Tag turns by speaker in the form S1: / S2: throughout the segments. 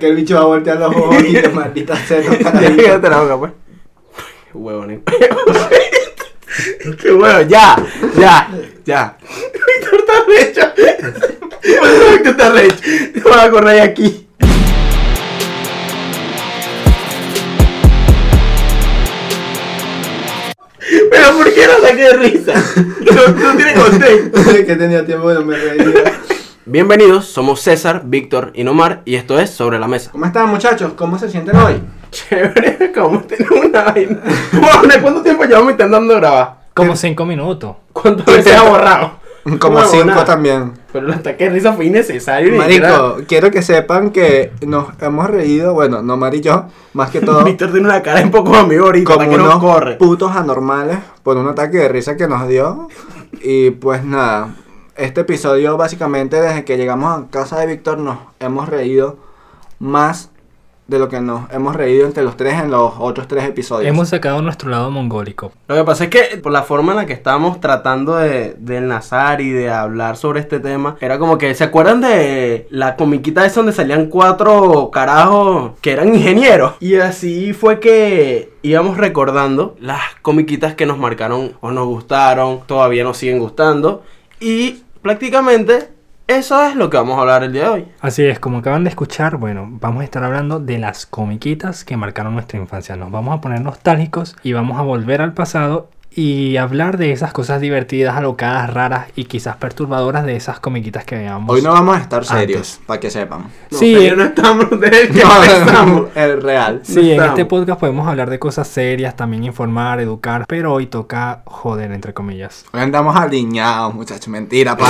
S1: que el bicho va a voltear los ojos y los malditos senos para
S2: Ya, Quédate la boca, pues. Huevo, ni pedo. Qué huevo, ya, ya, ya. Víctor está recho. Víctor está recho. Te vas a correr aquí. Pero ¿por qué no saqué de risa? No, no tiene contexto.
S1: que tenía tiempo que no me reía.
S2: Bienvenidos, somos César, Víctor y Nomar y esto es Sobre la Mesa.
S1: ¿Cómo están muchachos? ¿Cómo se sienten hoy?
S2: Chévere, como tener una vaina. Bueno, ¿cuánto tiempo llevamos intentando grabar?
S3: Como cinco minutos.
S2: ¿Cuántas
S1: Pues,
S2: veces ha borrado?
S1: Como
S2: Huevo,
S1: cinco
S2: nada.
S1: también.
S2: Pero el ataque de risa fue innecesario. ni siquiera-
S1: Marico, quiero que sepan que nos hemos reído, bueno, no Mari y yo, más que todo,
S2: Víctor tiene una cara un poco amigo ahorita,
S1: como
S2: hasta que no
S1: unos
S2: corre.
S1: putos anormales por un ataque de risa que nos dio. Y pues nada, este episodio básicamente desde que llegamos a casa de Víctor nos hemos reído más de lo que nos hemos reído entre los tres en los otros tres
S2: Oh,
S1: episodios.
S3: Hemos sacado nuestro lado mongólico.
S2: Lo que pasa es que por la forma en la que estábamos tratando de, de enlazar y de hablar sobre este tema, era como que, ¿se acuerdan de la comiquita esa donde salían cuatro carajos que eran ingenieros? Y así fue que íbamos recordando las comiquitas que nos marcaron o nos gustaron, todavía nos siguen gustando. Y prácticamente eso es lo que vamos a hablar el día de hoy.
S3: Así es, como acaban de escuchar, bueno, vamos a estar hablando de las comiquitas que marcaron nuestra infancia. Nos vamos a poner nostálgicos y vamos a volver al pasado y hablar de esas cosas divertidas, alocadas, raras y quizás perturbadoras de esas comiquitas que veíamos.
S1: Hoy no vamos a estar
S3: Antes.
S1: serios, para que sepan.
S2: No,
S3: Sí.
S2: serio, no estamos desde el que
S1: No,
S2: empezamos.
S1: el real.
S2: no
S3: Sí, en
S2: estamos.
S3: este podcast podemos hablar de cosas serias, también informar, educar, pero hoy toca joder, entre comillas.
S1: Hoy andamos alineados, muchachos, mentira, pa.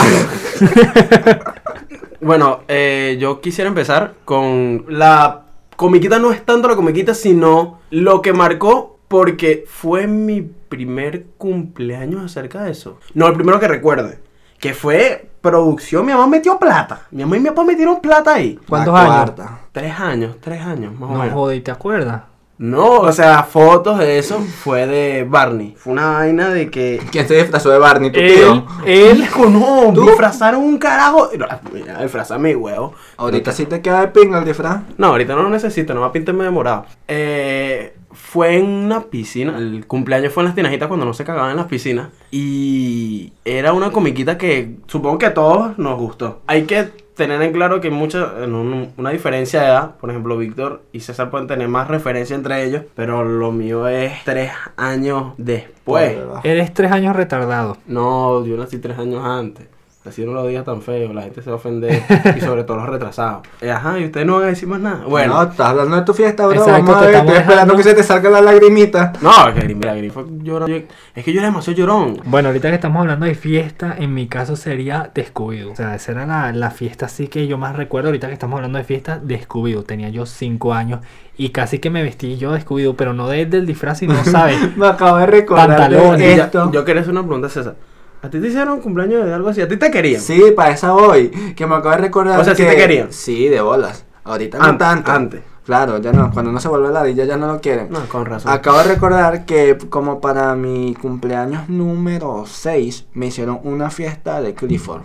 S2: Bueno, eh, yo quisiera empezar con la comiquita, no es tanto la comiquita, sino lo que marcó porque fue mi primer cumpleaños acerca de eso. No, el primero que recuerde, que fue producción, mi mamá metió plata. Mi mamá y mi papá metieron plata ahí.
S3: ¿Cuántos
S1: La
S3: años?
S1: cuarta.
S2: Tres años, tres años, más o
S3: No
S2: menos.
S3: jode, ¿te acuerdas?
S2: No, o sea, fotos de eso fue de Barney. Fue una vaina de que
S1: ¿Quién se disfrazó de este Barney, tu
S3: Él,
S1: tío?
S3: él,
S2: Hijo, no,
S1: ¿Tú?
S2: disfrazaron un carajo. No, mira, disfrazame, huevo.
S1: Ahorita sí te queda de pinga el disfraz.
S2: No, ahorita no lo necesito, nomás píntenme de morado. Eh, fue en una piscina, el cumpleaños fue en las tinajitas cuando no se cagaban en las piscinas. Y era una comiquita que supongo que a todos nos gustó. Hay que tener en claro que hay mucha, en un- una diferencia de edad. Por ejemplo, Víctor y César pueden tener más referencia entre ellos, pero lo mío es tres años después.
S1: Por debajo.
S3: eres tres años retardado.
S2: No, yo nací tres años antes. Así no lo digas tan feo, la gente se va a ofender. y sobre todo los retrasados. Eh, Ajá, y ustedes no van a decir más nada.
S1: No,
S2: Bueno.
S1: estás hablando de tu fiesta, bro.
S3: Exacto,
S1: Vamos a
S3: te
S1: ver,
S3: estamos
S1: estoy esperando
S3: dejando.
S1: que se te salga la lagrimita.
S2: No, que Grim- mira, Grim fue llorón. Yo- Es que yo era demasiado llorón.
S3: Bueno, ahorita que estamos hablando de fiesta, en mi caso sería descubido. O sea, esa era la, la fiesta así que yo más recuerdo ahorita que estamos hablando de fiesta, descubido. Tenía yo cinco años y casi que me vestí yo descubido, pero no desde el disfraz, sino, ¿sabes?
S1: Me acabo de recordar de
S3: Pantalones.
S2: Ya-
S1: esto.
S2: yo quería hacer una pregunta, César. ¿A ti te hicieron cumpleaños de algo así? ¿A ti te querían?
S1: Sí, para esa voy. Que me acabo de recordar.
S2: O sea,
S1: que...
S2: ¿sí te querían?
S1: Sí, de bolas. Ahorita no
S2: Antes,
S1: tanto.
S2: antes.
S1: Claro, ya no. Cuando no se vuelve ladilla ya no lo quieren.
S2: No, con razón.
S1: Acabo de recordar que como para mi cumpleaños número 6 me hicieron una fiesta de Clifford,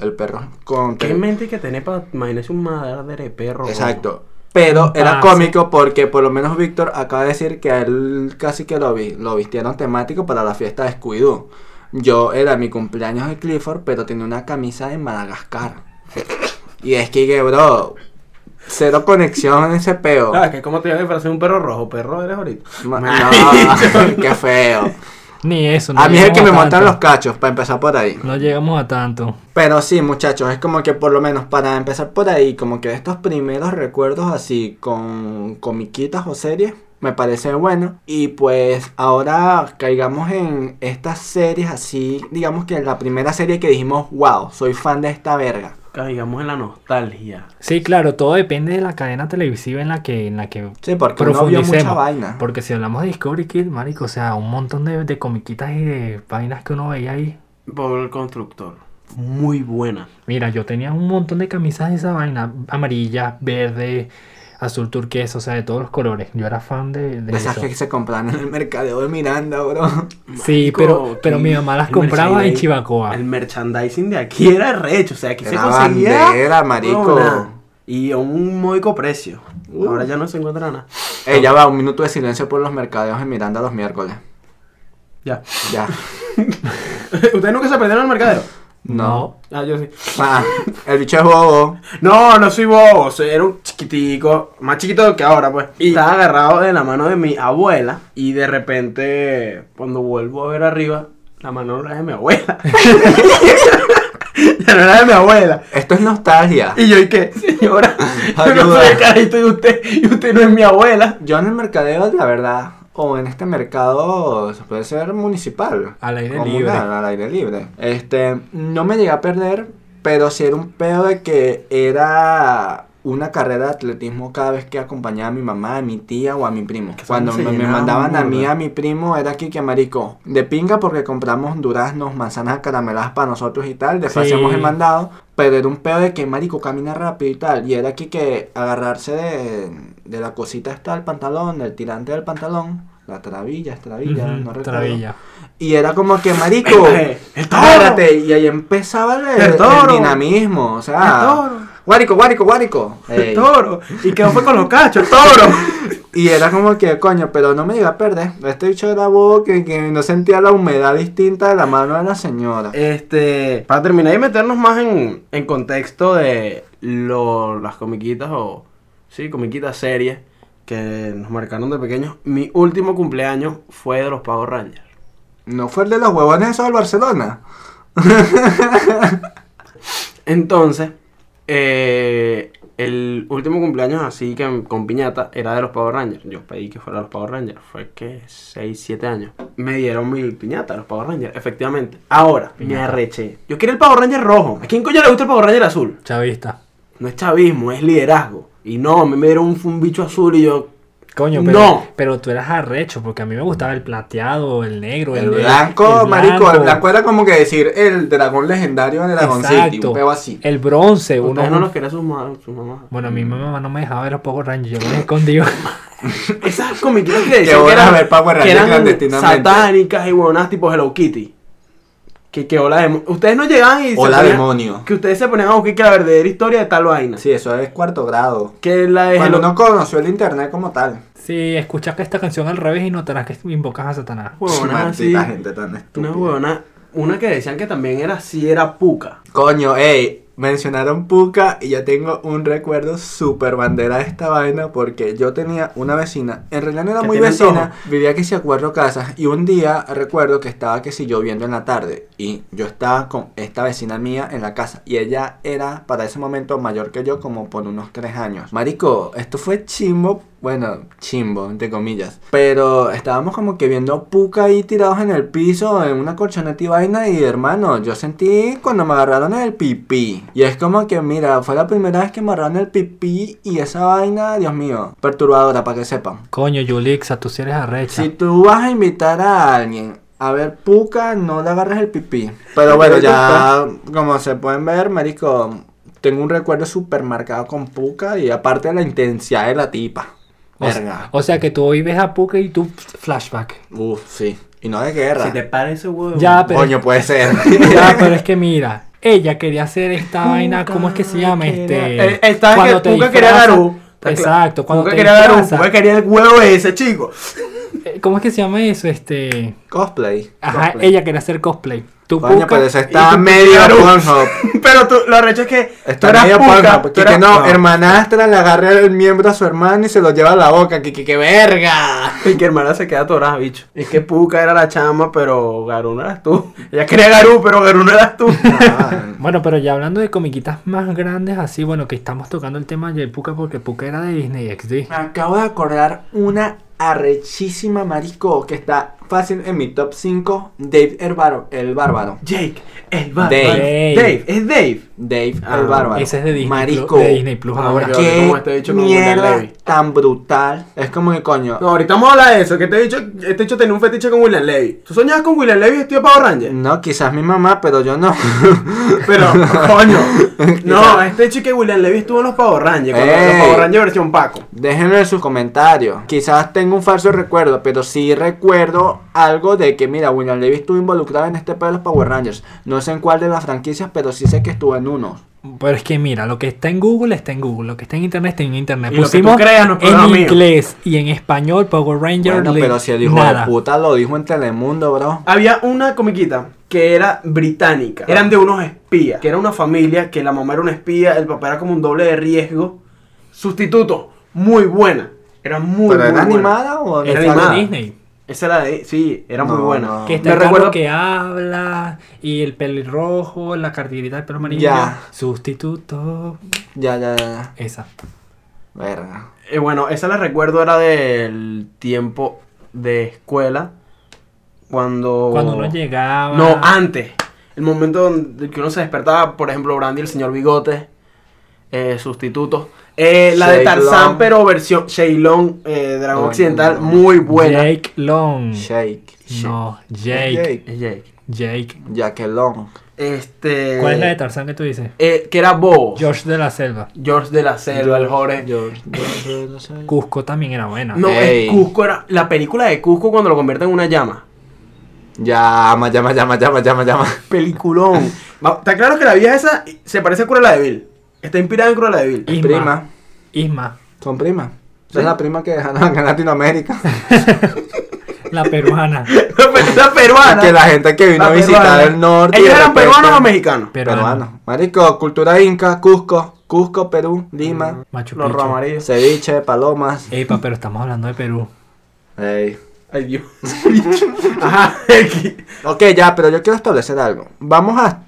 S1: el perro. Con
S2: ¿Qué
S1: que-
S2: mente hay que tenés para imaginarse un madre de perro?
S1: Exacto. Pero era
S3: Ah,
S1: cómico porque por lo menos Víctor acaba de decir que a él casi que lo, vi- lo vistieron temático para la fiesta de Scooby-Doo. Yo era mi cumpleaños de Clifford, pero tenía una camisa de Madagascar. y es que, que, bro, cero conexión en ese peo.
S2: Claro, es Ah, que como te iba a disfrazar de un perro rojo, perro eres ahorita.
S1: Ma-
S2: Marico.
S1: No, qué feo.
S3: Ni eso.
S1: A mí es el que me montan los
S3: carros.
S1: cachos, para empezar por ahí.
S3: No llegamos a tanto.
S1: Pero sí, muchachos, es como que por lo menos para empezar por ahí, como que estos primeros recuerdos así con comiquitas o series, me parece bueno. Y pues ahora caigamos en estas series así, digamos que la primera serie que dijimos, wow, soy fan de esta verga.
S2: Caigamos en la nostalgia.
S3: Sí, claro, todo depende de la cadena televisiva en la que, en la que
S1: Sí, porque uno vio mucha
S3: profundicemos.
S1: vaina.
S3: Porque si hablamos de Discovery Kid, marico, o sea, un montón de, de comiquitas y de vainas que uno veía ahí.
S2: Por el constructor. Muy buena.
S3: Mira, yo tenía un montón de camisas de esa vaina, amarilla, verde, azul turquesa, o sea, de todos los colores. Yo era fan de, de
S1: Esas
S3: eso.
S1: que se compran en el mercadeo de Miranda, bro.
S3: Sí, pero, pero mi mamá las compraba en
S2: Chivacoa.
S3: Chivacoa.
S2: El merchandising de aquí era recho, o sea, aquí se
S1: Era
S2: conseguía.
S1: bandera, marico.
S2: huevona. y a un módico precio.
S1: Uh.
S2: Ahora ya no se encuentra nada.
S1: Eh, ya va, un minuto de silencio por los mercadeos en Miranda los miércoles.
S2: Ya.
S1: Ya.
S2: ¿Ustedes nunca se perdieron el mercadero?
S1: No.
S2: Ah, yo sí.
S1: Ah, el bicho es bobo.
S2: No, no soy bobo, o sea, era un chiquitico, más chiquito que ahora, pues. Y estaba agarrado de la mano de mi abuela y de repente, cuando vuelvo a ver arriba, la mano no era de mi abuela. ya no era de mi abuela.
S1: Esto es nostalgia.
S2: Y yo, ¿y qué, señora? Yo no soy el carajito de usted y usted no es mi abuela.
S1: Yo en el mercadeo, la verdad, o en este mercado, se puede ser municipal.
S3: Al aire
S1: comunal,
S3: libre.
S1: Al aire libre. Este, no me llegué a perder, pero sí era un pedo de que era una carrera de atletismo cada vez que acompañaba a mi mamá, a mi tía o a mi primo.
S2: Que
S1: Cuando
S2: se
S1: me, me
S2: llenaba
S1: mandaban a
S2: burda.
S1: mí, a mi primo, era aquí que marico, de pinga porque compramos duraznos, manzanas carameladas para nosotros y tal, después
S3: Sí.
S1: hacíamos el mandado, pero era un pedo de que marico camina rápido y tal, y era aquí que agarrarse de, de la cosita está el pantalón, del tirante del pantalón, la trabilla, estrabilla,
S3: Ujú,
S1: no recuerdo.
S3: Trabilla.
S1: Y era como que marico,
S2: ¡El toro!
S1: agárrate, y ahí empezaba el,
S2: ¡El
S1: el
S2: toro!
S1: dinamismo, o
S2: ¡El
S1: sea,
S2: toro!
S1: guárico, guárico, guárico.
S2: ¡El
S1: Ah, Ey.
S2: toro! Y quedó fue con los cachos, el toro.
S1: Y era como que, coño, pero no me iba a perder. Este bicho era bobo que, que no sentía la humedad distinta de la mano de la señora.
S2: Este, para terminar y meternos más en, en contexto de lo- las comiquitas o, sí, comiquitas series que nos marcaron de pequeños, mi último cumpleaños fue de los Power Rangers.
S1: No fue el de los huevones esos del Barcelona.
S2: Entonces, eh, el último cumpleaños así que con piñata era de los Power Rangers. Yo pedí que fuera de los Power Rangers, fue que 6, 7 años. Me dieron mi piñata de los Power Rangers, efectivamente. Ahora, me arreché. Yo quiero el Power Ranger rojo. ¿A quién coño le gusta el Power Ranger azul?
S3: Chavista.
S2: No es chavismo, es liderazgo. Y no, a mí me dieron un, un bicho azul y yo.
S3: Coño, pero,
S2: No.
S3: pero tú eras arrecho, porque a mí me gustaba el plateado, el negro,
S1: El blanco,
S3: el
S1: marico, el
S3: blanco.
S1: blanco era como que decir el dragón legendario de Dragon City, un
S3: Exacto.
S1: peo así.
S3: El bronce, uno.
S2: Ustedes no los quería su, ma- su mamá.
S3: Bueno, mi mamá no me dejaba ver los Power Rangers, yo me escondido.
S2: Esas comiquitas que
S1: Que
S2: decían que
S1: vos
S2: eran,
S1: a ver Power
S2: que
S1: Rangers
S2: eran
S1: clandestinamente.
S2: satánicas y buenas tipo Hello Kitty. Que, que hola demonio. Ustedes no llegaban y. se
S1: Hola,
S2: ponían-
S1: demonio.
S2: Que ustedes se ponían a buscar que la verdadera historia de tal vaina.
S1: Sí, eso es cuarto grado.
S2: Que la de
S1: Cuando
S2: Hello
S1: no conoció el internet como tal.
S3: sí, escuchas esta canción al revés y notarás que invocas a Satanás.
S2: Huevonas así.
S1: Maldita gente tan
S2: Una
S1: estúpida.
S2: huevona. Una que decían que también era así, era puca.
S1: Coño, ey, mencionaron Puka y ya tengo un recuerdo súper bandera de esta vaina porque yo tenía una vecina, en realidad no era
S2: Que
S1: muy
S2: tiene
S1: vecina,
S2: antojo.
S1: vivía que si a cuatro casas y un día recuerdo que estaba que si lloviendo en la tarde y yo estaba con esta vecina mía en la casa y ella era para ese momento mayor que yo como por unos tres años. Marico, esto fue chimbo, bueno, chimbo, entre comillas, pero estábamos como que viendo Puka ahí tirados en el piso, en una colchoneta y vaina y hermano, yo sentí cuando me agarraron el pipí y es como que mira, fue la primera vez que me agarraron el pipí y esa vaina, Dios mío, perturbadora para que sepan.
S3: Coño, Yulixa, tú sí eres arrecha.
S1: Si tú vas a invitar a alguien a ver puca, no le agarres el pipí. Pero bueno, ya como se pueden ver, marico, tengo un recuerdo súper marcado con puca y aparte de la intensidad de la tipa.
S3: O,
S1: Verga.
S3: o sea que tú hoy ves a Puka y tú flashback.
S1: Uf, sí. Y no de guerra.
S2: Si te parece huevo.
S3: Ya, pero,
S1: Coño, puede ser.
S3: ya, pero es que mira, ella quería hacer esta vaina, ¿cómo es que se llama? Este,
S2: Eh, Estaba que Puka quería
S3: disfrazas-
S2: Garú.
S3: Exacto, cuando
S2: Puka
S3: te
S2: quería Garú.
S3: disfrazas-
S2: Puka quería el huevo ese, chico.
S3: eh, ¿Cómo es que se llama eso? Este,
S1: Cosplay.
S3: ajá,
S1: Cosplay.
S3: ella quería hacer cosplay. Tú
S1: Coño,
S3: Puka-
S1: pero eso
S2: Y
S1: está
S2: tú,
S1: medio
S2: claro.
S1: Pornhub.
S2: Pero tú, lo arrecho es que. tú
S1: Está
S2: eras
S1: medio
S2: puca,
S1: Pornhub.
S2: tú
S1: Que,
S2: eras-
S1: que no, hermanastra le agarra el miembro a su hermano y se lo lleva a la boca. Que, que, que verga.
S2: Y que hermana se queda atorada, bicho. Es que Puka era la chama, pero Garú no eras tú. Ella quería Garú, pero Garú no eras tú.
S1: Ah,
S3: Bueno, pero ya hablando de comiquitas más grandes, así, bueno, que estamos tocando el tema de Puka porque Puka era de Disney XD.
S1: Me acabo de acordar una arrechísima marico que está fácil en mi top 5. Dave el, Bárbaro- el Bárbaro.
S2: Jake, el bárbaro.
S1: Dave.
S2: Dave, es Dave.
S1: Dave
S2: Ah,
S1: el Bárbaro.
S3: ese es de Disney
S1: Marico.
S3: Plus- de Disney Plus
S2: Ah,
S3: ahora.
S2: yo-
S1: Qué
S2: ¿Cómo este bicho con William
S1: mierda
S2: Levy?
S1: tan brutal. Es como que coño.
S2: No, ahorita vamos a hablar de eso. Que te he dicho, este hecho tenía un fetiche con William Levy. ¿Tú soñabas con William Levy vestido de Power Ranger?
S1: No, quizás mi mamá, pero yo no.
S2: Pero, coño. No, este hecho que William Levy estuvo en los Power Rangers. Cuando
S1: Ey.
S2: los Power Rangers versión Paco.
S1: Déjenlo en sus comentarios. Quizás tengo un falso recuerdo, pero sí recuerdo algo de que, mira, William Levy estuvo involucrado en este pedo de los Power Rangers. No sé en cuál de las franquicias, pero sí sé que estuvo en uno.
S3: Pero es que mira, lo que está en Google está en Google, lo que está en Internet está en Internet.
S2: Y lo que tú creas no es
S3: en
S2: problema mío.
S3: inglés y en español Power Ranger.
S1: Bueno,
S3: le-
S1: pero si el hijo
S3: nada.
S1: de puta lo dijo en Telemundo, bro.
S2: Había una comiquita que era británica. Eran de unos espías. Que era una familia que la mamá era una espía, el papá era como un doble de riesgo. Sustituto, muy buena. Era muy
S1: ¿Pero
S2: muy
S1: era
S2: buena.
S1: animada o no?
S2: Era
S3: Está
S1: Sale-
S2: animada.
S3: de Disney.
S2: Esa era de. Sí, era muy
S1: No,
S2: buena.
S1: no.
S3: Que
S1: Me
S3: está el
S2: recuerdo-
S3: carro que habla y el pelirrojo, la cartirita del pelo amarillo.
S1: Ya.
S3: Sustituto.
S1: Ya, ya, ya.
S3: Esa.
S1: Verga.
S2: Eh, bueno, esa la recuerdo era del tiempo de escuela.
S1: Oh.
S2: Cuando.
S3: Cuando uno llegaba.
S2: No, ah, antes. El momento donde que uno se despertaba, por ejemplo, Brandy, el señor Bigote, eh, sustitutos. Eh, la de
S1: Shaylon.
S2: Tarzán, pero versión Shailon, eh, Dragón
S1: Coño,
S2: Occidental,
S1: no.
S2: muy buena.
S3: Jake Long.
S1: Shake.
S3: Mm. No, Jake.
S2: Es Jake.
S3: Jake.
S1: Jaquelón.
S2: Este.
S3: ¿Cuál es la de Tarzán que tú dices?
S2: eh, que era Bo. George.
S3: George de la Selva.
S2: de la Selva, el Jorge.
S1: George. George, no sé.
S3: Cusco también era buena.
S2: No,
S1: Ey.
S2: es Cusco era. La película de Cusco cuando lo convierte en una llama.
S1: Llama, llama, llama, llama, llama, llama.
S2: Peliculón. Va- Está claro que la vieja esa se parece a Cruella de Vil. Está inspirada en Cruella de Vil.
S3: Isma.
S1: Prima.
S3: Isma.
S1: Son primas. Es la prima que dejaron acá en Latinoamérica.
S3: La peruana.
S2: La pe- la peruana.
S1: que la gente que vino
S2: Ah, La
S1: a visitar
S2: peruana. ¿eh?
S1: el norte.
S2: ¿Ellos
S1: de
S2: eran
S1: repente-
S2: peruanos o mexicanos?
S3: Peruana.
S1: Peruano. Marico, cultura inca, Cusco, Cusco, Perú, Lima,
S3: Machu
S2: Los
S3: Picchu.
S2: romarillos.
S1: ceviche, palomas.
S3: Epa, pero estamos hablando de Perú.
S1: Ey.
S2: Ay, Dios. Ajá. aquí.
S1: Ok, ya, pero yo quiero establecer algo. Vamos a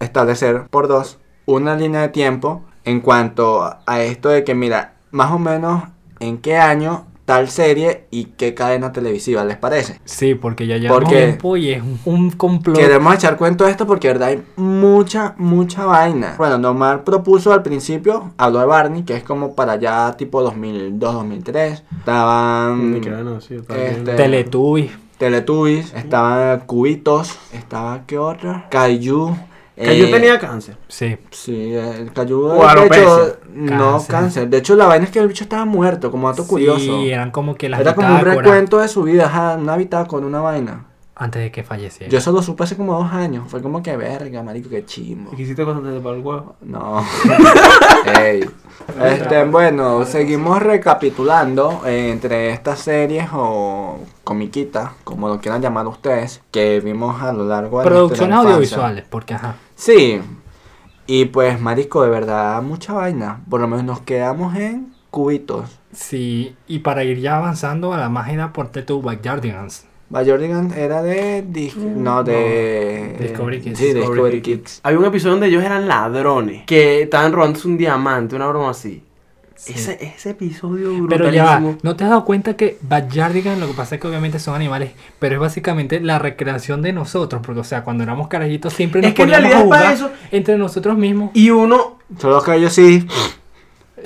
S1: establecer por dos una línea de tiempo en cuanto a esto de que, mira, más o menos en qué año tal serie y qué cadena televisiva les parece.
S3: Sí, porque ya
S1: ¿Por
S3: llevamos
S1: qué?
S3: tiempo y es un, un complot.
S1: Queremos echar cuento de esto porque, de verdad, hay mucha, mucha vaina. Bueno, Nomar propuso al principio, habló de Barney, que es como para allá tipo 2002, 2003. Estaban Mm. Este-
S3: Teletubbies.
S1: Teletubbies, estaban Cubitos, estaba, ¿qué otra? Caillou.
S2: Que yo
S1: eh,
S2: tenía cáncer.
S3: Sí.
S1: Sí, eh, el cayudo.
S2: O alopecia.
S1: no,
S3: Cáncer.
S1: cáncer. De hecho, la vaina es que el bicho estaba muerto, como dato curioso.
S3: Sí, eran como que las
S1: Era como un
S3: bitácoras
S1: recuento de su vida, ajá, una con una vaina.
S3: antes de que falleciera.
S1: Yo eso lo supe hace como dos años. Fue como que verga, marico, qué chimbo.
S2: hiciste cosas de para el huevo?
S1: No. Ey. Este, bueno, seguimos recapitulando eh, entre estas series o comiquitas, como lo quieran llamar ustedes, que vimos a lo largo de nuestra
S3: Producciones
S1: infancia.
S3: audiovisuales, porque ajá.
S1: Sí. Y pues, marico, de verdad, mucha vaina. Por lo menos nos quedamos en cubitos.
S3: Sí, y para ir ya avanzando a la máquina por Tattoo Backyardigans.
S1: Jordan era de... Dis- no, de...
S3: Discovery Kids.
S1: Sí, Discovery Kids.
S2: Había un episodio donde ellos eran ladrones. Que estaban robándose un diamante, una broma así.
S3: Sí.
S2: Ese, ese episodio
S3: Pero ya va,
S2: brutalísimo.
S3: ¿no te has dado cuenta que Backyardigans lo que pasa es que obviamente son animales, pero es básicamente la recreación de nosotros? Porque, o sea, cuando éramos carajitos siempre
S2: Es
S3: nos
S2: que en
S3: poníamos a
S2: realidad es
S3: jugar
S2: para
S3: entre nosotros mismos.
S2: Y uno.
S1: Solo que ellos sí...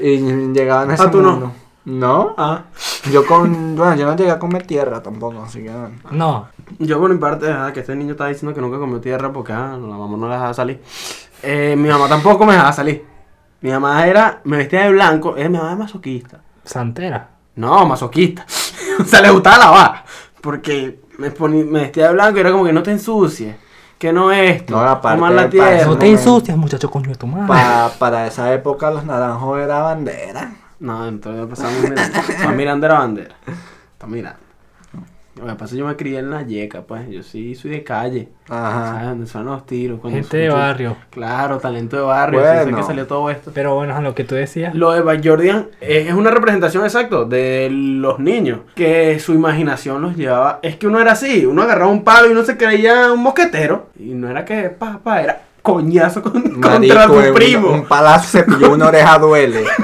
S1: Y llegaban a ese
S2: Ah, tú no.
S1: mundo. ¿No?
S2: Ah.
S1: Yo con... Bueno, yo no llegué a comer tierra tampoco, así que...
S3: No,
S2: Yo por mi parte, ah, que este niño estaba diciendo que nunca comió tierra porque ah, la mamá no la dejaba salir. Eh, mi mamá tampoco me dejaba salir. Mi mamá era, me vestía de blanco, eh, mi mamá es masoquista.
S3: Santera.
S2: No, masoquista. o sea, le gustaba lavar. Porque me, ponía, me vestía de blanco y era como que no te ensucies. Que no esto.
S1: No, la parte
S2: tomar la
S1: del
S2: tierra.
S1: paso.
S3: No te ensucias, muchacho, coño de tu madre.
S1: Pa- para esa época los naranjos era bandera.
S2: No, entonces pasamos mirando. Está mirando la bandera. Está mirando. Lo que pasa es que yo me crié en la yeca, pues. Yo sí soy de calle. ¿Sabes
S1: Ajá.
S2: dónde son los tiros? cuando
S3: Gente de
S2: escucho-
S3: barrio.
S2: Claro, talento de barrio, así fue
S1: Bueno.
S2: que salió todo esto.
S3: Pero bueno, a lo que tú decías.
S2: Lo de Bajordian es es una representación exacto de los niños, que su imaginación los llevaba. Es que uno era así, uno agarraba un palo y uno se creía un mosquetero. Y no era que, pa, pa, era coñazo con- contra
S1: Marico,
S2: tu
S1: un-
S2: primo.
S1: Un, palazo se pilló una oreja duele.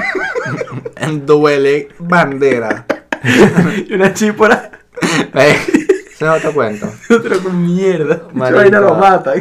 S1: duele bandera.
S2: y una chípora,
S1: Eh, Ese es otro cuento.
S2: otro con mierda. Esa
S1: Marico.
S2: vaina lo mata.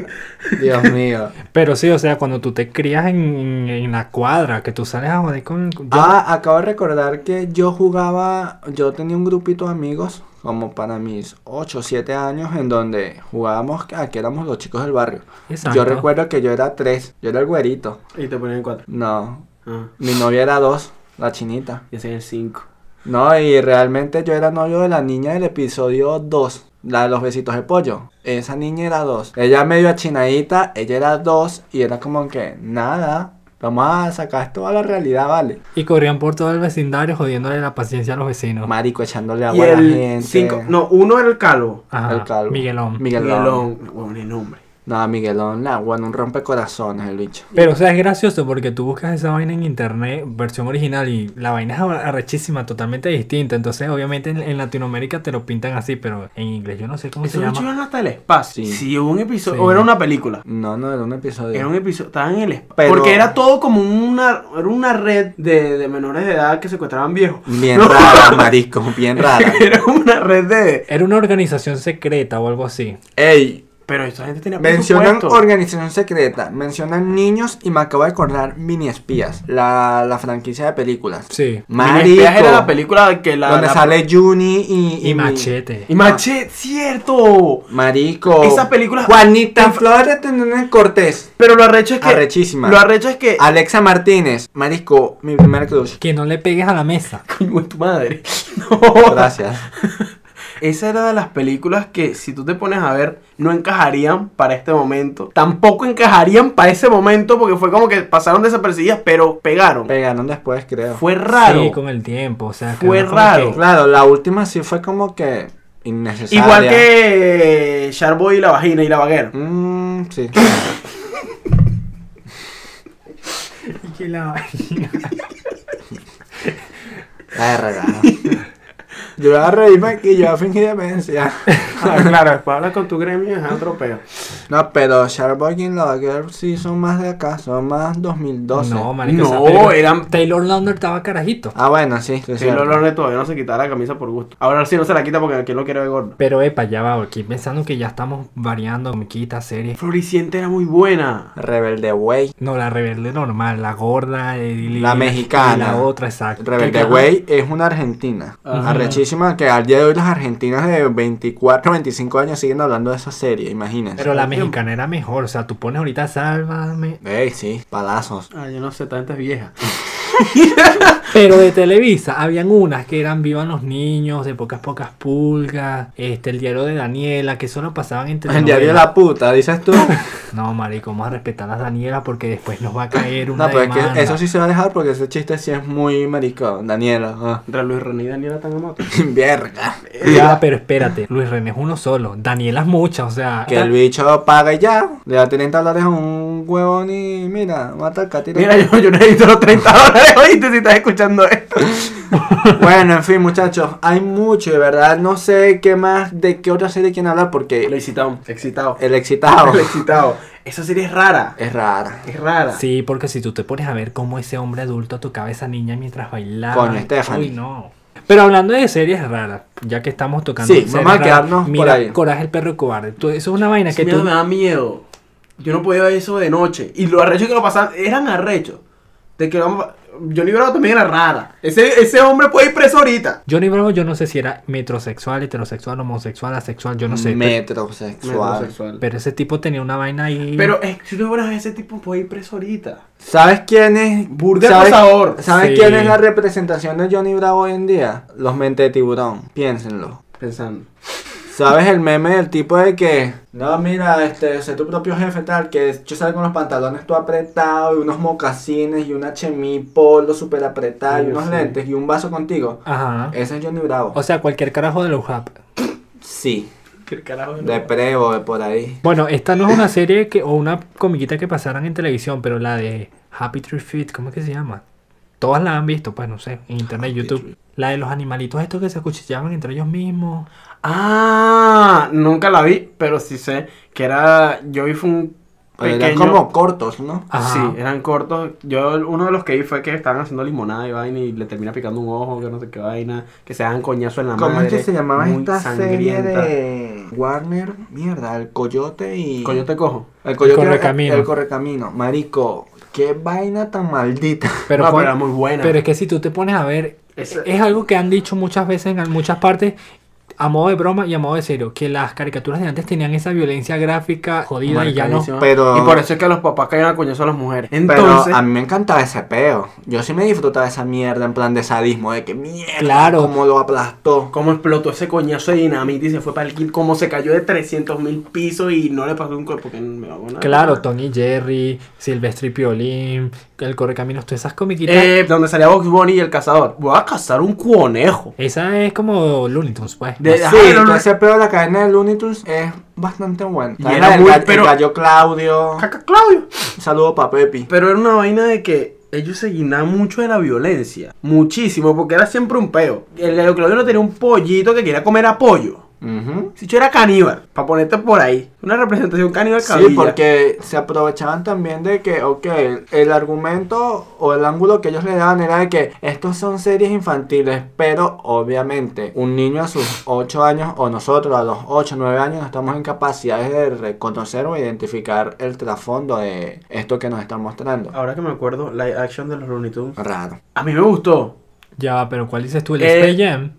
S1: Dios mío.
S3: Pero sí, o sea, cuando tú te crías en, en- en la cuadra, que tú sales a joder con. con- yo-
S1: Ah, acabo de recordar que yo jugaba, yo tenía un grupito de amigos, como para mis 8 o 7 años, en donde jugábamos a que éramos los chicos del barrio.
S3: Exacto.
S1: Yo recuerdo que yo era 3, yo era el güerito.
S2: Y te ponían en cuatro.
S1: No,
S2: Ah,
S1: mi novia era 2, la chinita.
S2: y hacían el cinco.
S1: No, y realmente yo era novio de la niña del episodio 2. la de los besitos de pollo. Esa niña era dos. Ella medio achinadita, ella era dos y era como que nada. Vamos a sacar esto a la realidad, vale.
S3: Y corrían por todo el vecindario jodiéndole la paciencia a los vecinos.
S1: Marico echándole
S2: Y
S1: agua a la
S2: el
S1: gente.
S2: 5. No, uno era el calvo.
S3: Ajá,
S1: el calvo.
S3: Miguelón.
S1: Miguelón.
S2: Miguelón. Huevón, el nombre.
S1: No, Miguelón, la bueno, un rompecorazones el bicho.
S3: Pero, o sea, es gracioso porque tú buscas esa vaina en internet, versión original, y la vaina es arrechísima, totalmente distinta. Entonces, obviamente, en, en Latinoamérica te lo pintan así, pero en inglés yo no sé cómo
S2: Eso
S3: se
S2: lo
S3: llama.
S2: llevan hasta el espacio.
S1: Sí.
S2: Sí, hubo un episodio.
S3: Sí.
S2: O era una película.
S1: No, no, era un episodio.
S2: Era un episodio. Estaban en el espacio.
S1: Pero-
S2: Porque era todo como una, era una red de, de menores de edad que secuestraban viejos.
S1: Bien
S2: No.
S1: rara, marico, bien rara.
S2: Era una red de.
S3: Era una organización secreta o algo así.
S1: Ey,
S2: Pero esta gente tenía
S1: mencionan
S2: presupuesto.
S1: organización secreta, mencionan niños y me acabo de acordar Mini Espías, la, la franquicia de películas.
S3: Sí.
S2: Mini
S1: Marico,
S2: Espías era la película que la.
S1: donde
S2: la-
S1: sale Ah. Juni y,
S3: Y, machete.
S2: Y Machete, cierto.
S1: Marico.
S2: Esa película-
S1: Juanita Flores de Cortés.
S2: Pero lo arrecho es que.
S1: Arrechísima. Ah.
S2: Lo arrecho es que.
S1: Alexa Martínez. Marico, mi primer crush.
S3: Que no le pegues a la mesa.
S2: Coño, es tu madre. No.
S1: Gracias.
S2: Esa era de las películas que, si tú te pones a ver, no encajarían para este momento. Tampoco encajarían para ese momento porque fue como que pasaron desapercibidas, pero pegaron.
S1: Pegaron después, creo.
S2: Fue raro.
S3: Sí, con el tiempo. O sea, que
S2: Fue
S3: era como que-
S2: raro.
S1: Claro, la última sí fue como que innecesaria.
S2: Igual que Charboy y la vagina y la vaguera.
S1: Mmm, sí.
S3: Y la-
S1: La de regalo. Yo iba a reírme aquí, yo iba a fingir demencia.
S2: Ah, claro, después hablas con tu gremio es otro peo.
S1: No, pero Sharboy y Lava Girl sí son más de acá, son más 2012.
S3: No, marico.
S2: No,
S3: esa película-
S2: eran-
S3: Taylor Lautner estaba carajito.
S1: Ah, bueno, sí. sí, es
S2: Sí, lo
S1: cierto.
S2: Lorne todavía no se quitaba la camisa por gusto. Ahora sí no se la quita porque aquí lo quiere ver gordo.
S3: Pero epa, ya va, aquí pensando que ya estamos variando comiquitas, series.
S2: Floricienta era muy buena.
S1: Rebelde Way.
S3: No, la rebelde normal, la gorda, el-
S1: La
S3: y-
S1: mexicana.
S3: Y la otra, exacto.
S1: Rebelde
S2: Que- que-
S1: Way es una argentina.
S2: Ajá.
S1: Arrechísima que al día de hoy las argentinas de 24, 25 años siguen hablando de esa serie, imagínense.
S3: Pero la mexicana era mejor, o sea, tú pones ahorita sálvame.
S1: Ey, sí, palazos.
S2: Ah, yo no sé, esta gente es vieja.
S3: Pero de Televisa habían unas que eran Vivan los niños, de pocas pocas pulgas, este, el diario de Daniela, que solo pasaban en
S1: El
S3: telenovelas.
S1: diario de la puta, dices tú.
S3: No, marico, vamos a respetar a Daniela porque después nos va a caer una
S1: No, pero es que
S3: demanda.
S1: eso sí se va a dejar porque ese chiste sí es muy maricón. Daniela, ah.
S2: Entre Luis René y Daniela Tangamoto.
S1: Verga.
S3: Ya, pero espérate, Luis René es uno solo, Daniela es mucha, o sea...
S1: Que el bicho paga y ya. Le da 30 dólares a un huevón y mira, mata al catiro.
S2: Mira, yo, yo necesito los 30 dólares, oíste, si estás escuchando esto.
S1: Bueno, en fin, muchachos, hay mucho, de verdad. No sé qué más, de qué otra serie quieren hablar
S3: Eh,
S1: porque
S2: excitado, excitado.
S1: el excitado
S2: El excitado. Esa serie es rara.
S1: es rara.
S2: Es rara.
S3: Sí, porque si tú te pones a ver cómo ese hombre adulto tocaba a esa niña mientras bailaba.
S1: Coño, Stephanie.
S3: Uy, no. Pero hablando de series raras, ya que estamos tocando.
S1: Sí,
S3: series
S1: vamos a
S3: raras,
S1: quedarnos por
S3: Mira,
S1: ahí.
S3: Coraje el perro cobarde. Tú- eso es una vaina
S2: Ese
S3: que
S2: miedo
S3: tú.
S2: me da miedo. Yo no podía ver eso de noche. Y los arrechos que lo pasaban eran arrechos. De que vamos. Johnny Bravo también era rara. Ese, ese hombre puede ir preso ahorita.
S3: Johnny Bravo, yo no sé si era metrosexual, heterosexual, homosexual, asexual, yo no sé. pe-
S1: Metrosexual.
S3: Pero, ese tipo tenía una vaina ahí.
S2: Pero eh, si tú fueras ese tipo puede ir preso ahorita.
S1: ¿Sabes quién es?
S2: Burda de
S1: ¿Sabes,
S2: pasador.
S1: ¿sabes
S3: Sí.
S1: quién es la representación de Johnny Bravo hoy en día? Los mentes de tiburón. Piénsenlo.
S2: Pensando.
S1: ¿Sabes el meme del tipo de que? No, mira, este, sé tu propio jefe tal, que yo salgo con los pantalones todo apretado y unos mocasines y una chemi polo súper apretada y
S2: Sí,
S1: unos
S2: sí.
S1: lentes y un vaso contigo.
S3: Ajá.
S1: Ese es Johnny Bravo.
S3: O sea, cualquier carajo de los rap.
S1: sí,
S2: ¿Qué carajo es
S1: de
S2: lo-
S1: prevo, de por ahí.
S3: Bueno, esta no es una serie que, o una comiquita que pasaran en televisión, pero la de Happy Tree Feet, ¿cómo es que se llama? Todas la han visto, pues no sé, en internet,
S1: Happy
S3: YouTube.
S1: Tree.
S3: La de los animalitos estos que se acuchillaban entre ellos mismos.
S2: Ah, nunca la vi, pero sí sé que era. Yo vi fue un
S1: Pero
S2: pequeño.
S1: eran como cortos, ¿no?
S3: Ajá.
S2: Sí, eh, eran cortos. Yo uno de los que vi fue que estaban haciendo limonada y vaina y le termina picando un ojo, que no sé qué vaina, que se dan coñazo en la
S1: ¿Cómo
S2: madre.
S1: es que se llamaba
S2: muy
S1: esta serie
S2: sangrienta.
S1: de Warner? Mierda, el coyote y.
S2: Coyote cojo.
S1: El coyote
S3: El
S1: era-
S3: Correcamino.
S1: El, correcamino. Marico, qué vaina tan maldita.
S3: Pero,
S2: No,
S3: con-
S2: Ah, pero era muy buena.
S3: pero es que si tú te pones a ver,
S2: Ese-
S3: es algo que han dicho muchas veces en muchas partes. a modo de broma y a modo de serio, que las caricaturas de antes tenían esa violencia gráfica jodida y ya no.
S2: Marcadísima.
S1: Pero-
S2: Y por eso es que los papás caían a coñazo a las mujeres.
S1: Pero
S2: Entonces,
S1: a mí me encantaba ese peo. Yo sí me disfrutaba esa mierda en plan de sadismo, de que mierda,
S3: Claro.
S1: cómo lo aplastó.
S2: cómo explotó ese coñazo de dinamita y se fue para el kit, cómo se cayó de 300 mil pisos y no le pasó un cuerpo que no me hago nada.
S3: Claro, Tony Jerry, Silvestre y Piolín, El Correcaminos, todas esas comiquitas.
S2: Eh, donde salía Box Bunny y el cazador. Voy a cazar un conejo.
S3: Esa es como Looney Tunes, pues.
S2: De- ajá,
S1: sí,
S2: no, no,
S1: ese peo de la cadena de Looney Tunes es bastante bueno.
S2: Y
S1: También
S2: era
S1: el,
S2: muy-
S1: ga- el
S2: pero-
S1: gallo Claudio.
S2: Caca Claudio.
S1: Un saludo para Pepi.
S2: Pero era una vaina de que ellos se guinaban mucho de la violencia. Muchísimo, porque era siempre un peo. El gallo Claudio no tenía un pollito que quería comer a pollo.
S1: Ujú.
S2: Si yo era caníbal, para ponerte por ahí. Una representación caníbal
S1: Sí,
S2: cabilla.
S1: porque se aprovechaban también de que, ok, el argumento o el ángulo que ellos le daban era de que estos son series infantiles, pero obviamente un niño a sus 8 años o nosotros a los 8, 9 años no estamos en capacidades de reconocer o identificar el trasfondo de esto que nos están mostrando.
S2: Ahora que me acuerdo, live action de los Looney Tunes.
S1: Raro.
S2: A mí me gustó.
S3: Ya, va, pero ¿cuál dices tú? El
S2: Eh,
S3: Space Jam.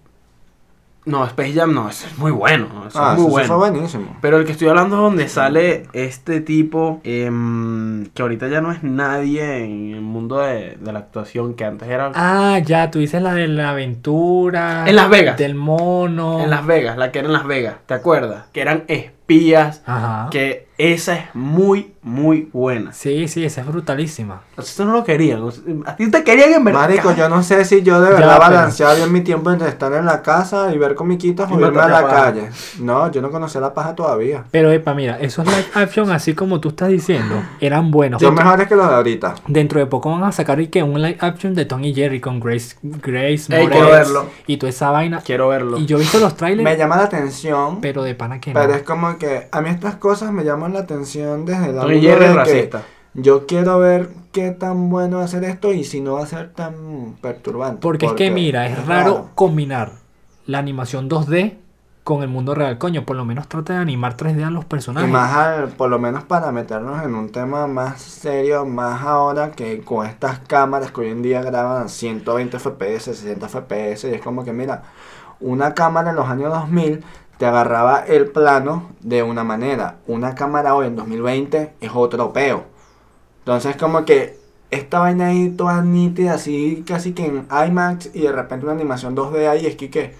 S2: No, Space Jam no, eso es muy bueno. Eso
S1: Ah,
S2: es
S1: eso
S2: muy
S1: sí
S2: bueno.
S1: fue buenísimo.
S2: Pero el que estoy hablando es donde sale este tipo em, que ahorita ya no es nadie en el mundo de, de la actuación que antes era.
S3: Ah, ya, tú dices la de la aventura.
S2: En Las Vegas.
S3: Del mono.
S2: En Las Vegas, la que era en Las Vegas, ¿te acuerdas? Que eran espías.
S3: Ajá.
S2: Que esa es muy, muy buena.
S3: Sí, sí, esa es brutalísima.
S2: Ustedes no lo querían. o sea, A ti te querían en verdad.
S1: Marico, yo no sé si yo de
S3: Ya,
S1: verdad
S3: pero-
S1: balanceaba bien mi tiempo entre estar en la casa y ver comiquitas
S2: Y
S1: o irme a
S2: matarte a
S1: la
S2: paja.
S1: calle. No, yo no conocía la paja todavía.
S3: Pero, epa, mira, esos live action, así como tú estás diciendo, eran buenos.
S1: Son mejores que los de ahorita.
S3: Dentro de poco van a sacar y que un live action de Tom y Jerry con Grace, Grace
S2: Ey, quiero
S3: Moretz
S2: verlo.
S3: y toda esa vaina.
S2: Quiero verlo.
S3: Y yo he visto los
S1: Me
S3: trailers,
S1: llama la atención,
S3: pero de pana que no.
S1: pero es como que a mí estas cosas me llaman la atención desde la
S2: Tony Jerry es
S1: que
S2: racista.
S1: yo quiero ver qué tan bueno va a ser esto y si no va a ser tan perturbante.
S3: Porque es que, mira, es raro combinar la animación 2D con el mundo real. Coño, por lo menos trata de animar 3D a los
S1: Y
S3: personajes.
S1: más al- por lo menos para meternos en un tema más serio, más ahora que con estas cámaras que hoy en día graban a 120 FPS, 60 FPS, y es como que mira, una cámara en los años 2000 te agarraba el plano de una manera, una cámara hoy en 2020 es otro peo. Entonces como que esta vaina ahí toda nítida, así casi que en IMAX y de repente una animación 2D ahí, es que que...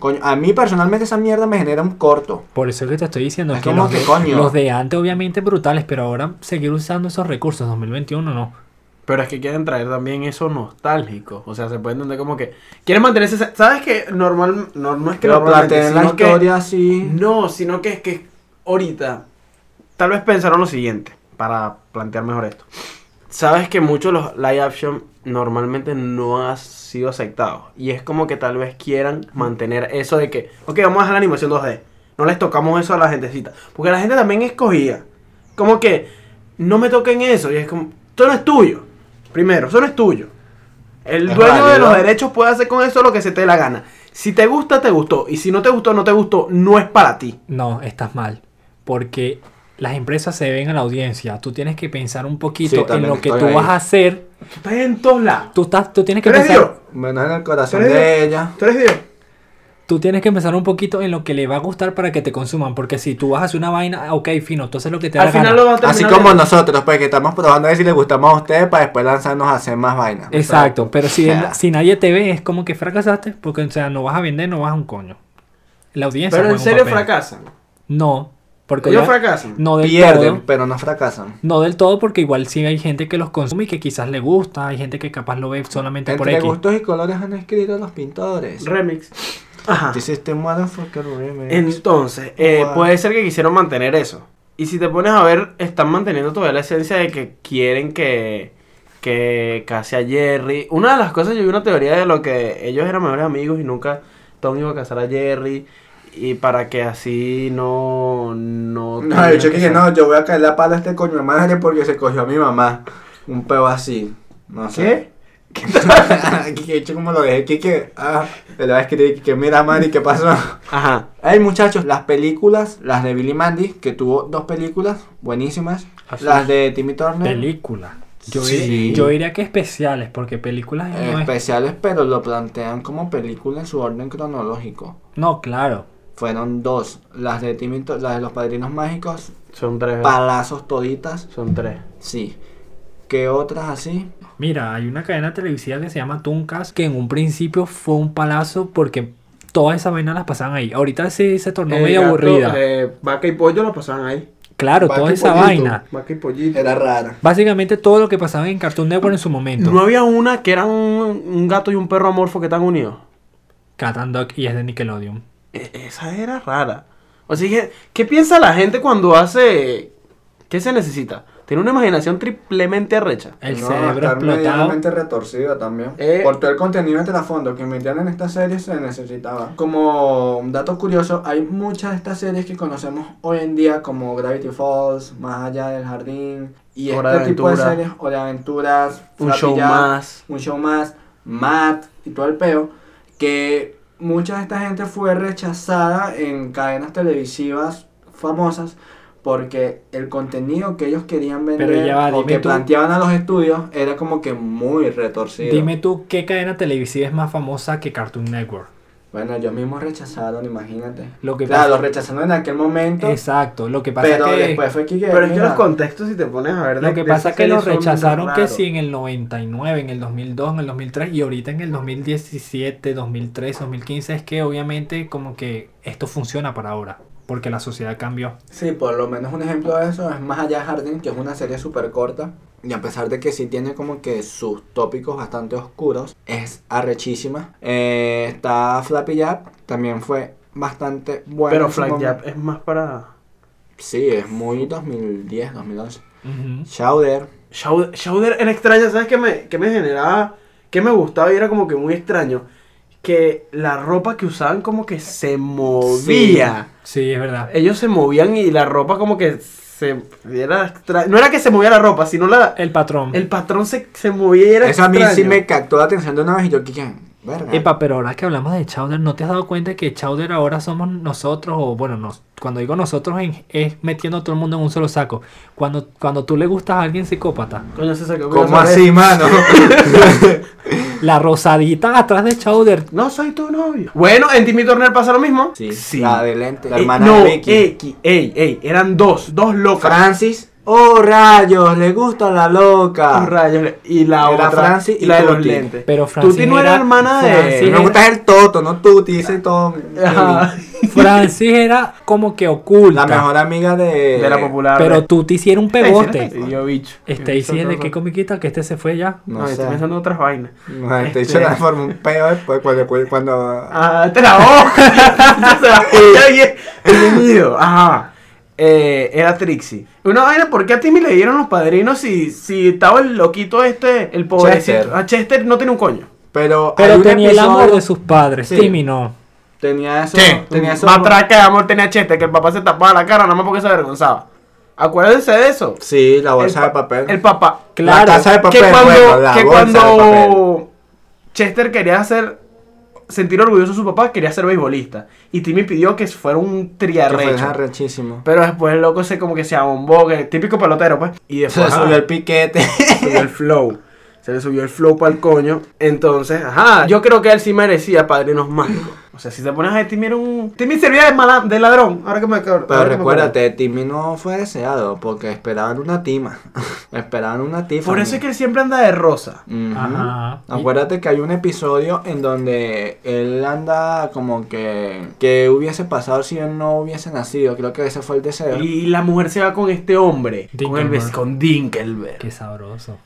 S1: Coño, a mí personalmente esa mierda me genera un corto.
S3: Por eso es que te estoy diciendo
S1: Es
S3: que,
S1: como
S3: los,
S1: que
S3: de,
S1: coño.
S3: los de antes obviamente brutales, pero ahora seguir usando esos recursos 2021 no.
S2: Pero es que quieren traer también eso nostálgico. O sea, se puede entender como que. Quieren mantenerse. esa- ¿Sabes que normal no, no es que
S1: Que lo
S2: normalmente,
S1: planteen la
S2: sino que-
S1: historia así.
S2: No, sino que es que ahorita. Tal vez pensaron lo siguiente. Para plantear mejor esto. Sabes que muchos de los live action normalmente no han sido aceptados. Y es como que tal vez quieran mantener eso de que. Ok, vamos a dejar la animación 2D. No les tocamos eso a la gentecita. Porque la gente también escogía. Como que. No me toquen eso. Y es como. Esto no es tuyo. Primero, eso no es tuyo. El
S1: Es
S2: dueño de
S1: válido.
S2: los derechos puede hacer con eso lo que se te dé la gana. Si te gusta, te gustó. Y si no te gustó, no te gustó. No es para ti.
S3: No, estás mal. Porque las empresas se ven a la audiencia. Tú tienes que pensar un poquito en
S1: también
S3: lo que
S1: estoy
S3: tú
S1: ahí.
S3: vas a hacer.
S2: Tú estás en todos lados.
S3: Tú, estás, tú tienes que
S2: Tú eres Dios.
S3: pensar,
S1: Menos en el corazón
S2: Pero
S1: de ella.
S2: Tú eres Dios.
S3: tú tienes que pensar un poquito en lo que le va a gustar para que te consuman. Porque si tú vas a hacer una vaina, ah, ok, fino, entonces lo que te da
S2: Al
S3: la
S2: final
S3: gana.
S2: lo vas a terminar.
S1: Así como
S2: viendo.
S1: nosotros, pues que estamos probando a ver si les gustamos a ustedes para después lanzarnos a hacer más vainas.
S3: Exacto, pero si,
S1: Ya.
S3: si nadie te ve es como que fracasaste, porque o sea, no vas a vender, no vas a un coño. La audiencia
S2: Pero
S3: juega
S2: en
S3: un
S2: serio
S3: papel.
S2: fracasan.
S3: No, porque
S2: Ellos
S3: ya-
S2: fracasan.
S3: no del
S1: Pierden,
S3: todo.
S1: pero no fracasan.
S3: No del todo, porque igual sí hay gente que los consume y que quizás le gusta, hay gente que capaz lo ve solamente por
S1: Entre
S3: X.
S1: gustos y colores han escrito los pintores. este
S2: Remix. Ajá.
S1: This is the motherfucker remix.
S2: Entonces, eh,
S1: Wow.
S2: puede ser que quisieron mantener eso. Y si te pones a ver, están manteniendo todavía la esencia de que quieren que, que case a Jerry. Una de las cosas, yo vi una teoría de lo que ellos eran mejores amigos y nunca Tom iba a casar a Jerry. Y para que así no... No,
S1: No, el bicho que dije,
S2: tuvieran
S1: no, yo voy a caer la pala a este coño de madre porque se cogió a mi mamá. Un peo así. No sé.
S2: ¿Qué?
S1: ¿Qué? que hecho como lo dejé aquí que... Ah, le voy a escribir que mira, Mari, ¿qué pasó?
S2: Ajá.
S1: Hey muchachos, las películas, las de Billy Mandy, que tuvo dos películas buenísimas,
S2: Así
S1: las
S2: es.
S1: de Timmy Turner,
S3: Película. Yo,
S1: Sí.
S3: diría, yo diría que especiales, porque películas no es...
S1: Especiales, pero lo plantean como película en su orden cronológico.
S3: No, claro.
S1: Fueron dos, las de Timmy, To- las de los Padrinos Mágicos,
S2: Son tres.
S1: palazos toditas,
S2: Son tres.
S1: sí. ¿Qué otras así?
S3: Mira, hay una cadena televisiva que se llama Tuncas, que en un principio fue un palazo porque todas esas vainas las pasaban ahí. Ahorita sí se tornó
S2: Eh,
S3: medio
S2: gato,
S3: aburrida.
S2: eh, vaca y pollo lo pasaban ahí.
S3: claro,
S4: Vaca
S3: toda
S4: y
S1: pues
S3: esa
S4: pollito.
S3: vaina.
S2: Vaca y pollito.
S1: Era rara.
S3: Básicamente todo lo que pasaba en Cartoon Network en su momento.
S2: No había una que era un, un gato y un perro amorfo que están unidos.
S3: Cat and Dog y es de Nickelodeon.
S2: E- esa era rara. O sea, que, ¿qué piensa la gente cuando hace. ¿Qué se necesita? Tiene una imaginación triplemente arrecha.
S3: El
S1: No,
S3: cerebro
S1: estar
S3: explotado.
S1: medianamente retorcida también.
S2: Eh.
S1: Por todo el contenido en trasfondo que metían en estas series se necesitaba. Como un dato curioso, hay muchas de estas series que conocemos hoy en día como Gravity Falls, Más allá del jardín y
S2: Hora
S1: este
S2: de
S1: tipo de
S2: Aventura.
S1: series, o de aventuras,
S2: Un
S1: Flappy
S2: show
S1: Jack,
S2: más.
S1: un show más, Matt y todo el peo, que mucha de esta gente fue rechazada en cadenas televisivas famosas porque el contenido que ellos querían vender
S3: Pero ya va,
S1: o
S3: dime
S1: que
S3: tú.
S1: planteaban a los estudios era como que muy retorcido.
S3: Dime tú, ¿qué cadena televisiva es más famosa que Cartoon Network?
S1: Bueno, ellos mismos rechazaron, imagínate.
S3: Lo que
S1: claro,
S3: pasa-
S1: los rechazaron en aquel momento,
S3: Exacto, lo que pasa
S1: pero
S3: que...
S1: después fue que
S2: Pero es que
S1: mira,
S2: los contextos, si te pones a ver. de-
S3: Lo que
S2: de esas
S3: pasa es que
S2: series
S3: los
S2: son
S3: rechazaron que
S2: raros.
S3: sí en el 99, en el 2002, en el 2003 y ahorita en el 2017, 2003, 2015 es que obviamente como que esto funciona para ahora, porque la sociedad cambió.
S1: Sí, por lo menos un ejemplo de eso es Más allá del jardín, que es una serie súper corta. Y a pesar de que sí tiene como que sus tópicos bastante oscuros, es arrechísima. Eh, está Flappy Jab, también fue bastante bueno.
S2: Pero
S1: en su
S2: Flack
S1: momento.
S2: Jab es más para.
S1: Sí, es muy 2010, 2011.
S3: Ujú.
S1: Chowder.
S2: Shouder, Shouder era extraña, ¿sabes qué me, qué me generaba? Que me gustaba y era como que muy extraño. Que la ropa que usaban como que se movía.
S3: Sí, es verdad.
S1: Eh,
S2: Ellos se movían y la ropa como que se... Era extra- No era que se movía la ropa, sino la,
S3: El patrón.
S2: el patrón se, se movía y era
S1: Eso a mí
S2: extraño.
S1: sí me captó la atención de una vez y yo dije, verga.
S3: Epa, pero ahora que hablamos de Chowder, ¿no te has dado cuenta que Chowder ahora somos nosotros? O bueno, nos, cuando digo nosotros en- es metiendo a todo el mundo en un solo saco. Cuando, cuando tú le gustas a alguien psicópata,
S2: Coño, se sacó con
S1: ¿Cómo
S2: la
S1: así, mano?
S3: la rosadita atrás de Chowder.
S2: No soy tu novio. Bueno, en Timmy Turner pasa lo mismo.
S1: sí, La de lente. La
S2: Eh,
S1: hermana
S2: no,
S1: de Vicky.
S2: Eki, ey, ey, eran dos, dos locas.
S1: Francis. ¡Oh, rayos! Le gusta la loca.
S2: Con rayos. Y
S1: Era
S2: la otra.
S1: Francis
S2: y
S1: y
S2: la de los
S1: Tuti.
S2: lentes.
S3: Pero
S2: Francis.
S3: Francis
S2: no era,
S3: era-
S2: hermana
S3: Francis-
S2: de.
S1: Ah, Me gusta el Toto, no tú, te dice Tom.
S2: Ajá.
S3: Francis era como que oculta.
S1: La mejor amiga de.
S2: De la popular.
S3: Pero tú te hicieron un pegote.
S2: Y yo, bicho.
S3: Stacy es de qué
S2: No,
S3: comiquita que este se fue ya.
S1: No, sé.
S2: estoy pensando en otras vainas.
S1: No, te
S2: Este-
S1: hizo la forma un peo después cuando. cuando, cuando-
S2: Ah, te la boca. Se la boca bien. Bienvenido. Ajá. Eh, era Trixie. Una vaina, ¿por qué a Timmy le dieron los padrinos si, si estaba el loquito este, el pobrecito?
S1: Chester.
S2: A Chester no tiene un coño.
S1: Pero, hay
S3: Pero
S1: un
S3: tenía el amor
S1: episodio-
S3: de sus padres.
S1: Sí.
S3: Timmy no.
S1: Tenía eso. Tenía eso.
S2: Matraca de amor tenía Chester, que el papá se tapaba la cara nada más porque se avergonzaba. Acuérdense de eso.
S1: Sí, la bolsa
S2: El
S1: de
S2: pa-
S1: papel.
S2: El papá.
S1: La
S3: Claro.
S1: taza de papel.
S2: que cuando,
S1: bueno, la
S2: que
S1: bolsa de papel.
S2: cuando Chester quería hacer sentir orgulloso a su papá, quería ser beisbolista. Y Timmy pidió que fuera un
S1: Que fue
S2: triarrecho.
S1: arrechísimo.
S2: Pero después el loco se como que se abombó, que típico pelotero, pues. Y después
S1: Se
S2: ajá,
S1: subió el piquete.
S2: se subió el flow. Se le subió el flow para el coño. Entonces, ajá. Yo creo que él sí merecía padrinos mágicos. O sea, si te pones a ver, Timmy era un. Timmy servía de, mala- de ladrón. Ahora que me acuerdo.
S1: Pero
S2: ahora que me acuerdo.
S1: recuérdate, Timmy no fue deseado porque esperaban una tima. esperaban una tifa.
S2: Por eso es que él siempre anda de rosa.
S1: Ujú.
S3: Ajá.
S1: Acuérdate que hay un episodio en donde él anda como que que hubiese pasado si él no hubiese nacido. Creo que ese fue el deseo.
S2: Y la mujer se va con este hombre. Con, el,
S3: Dinkelberg.
S2: bes- con Dinkelberg.
S3: Qué sabroso.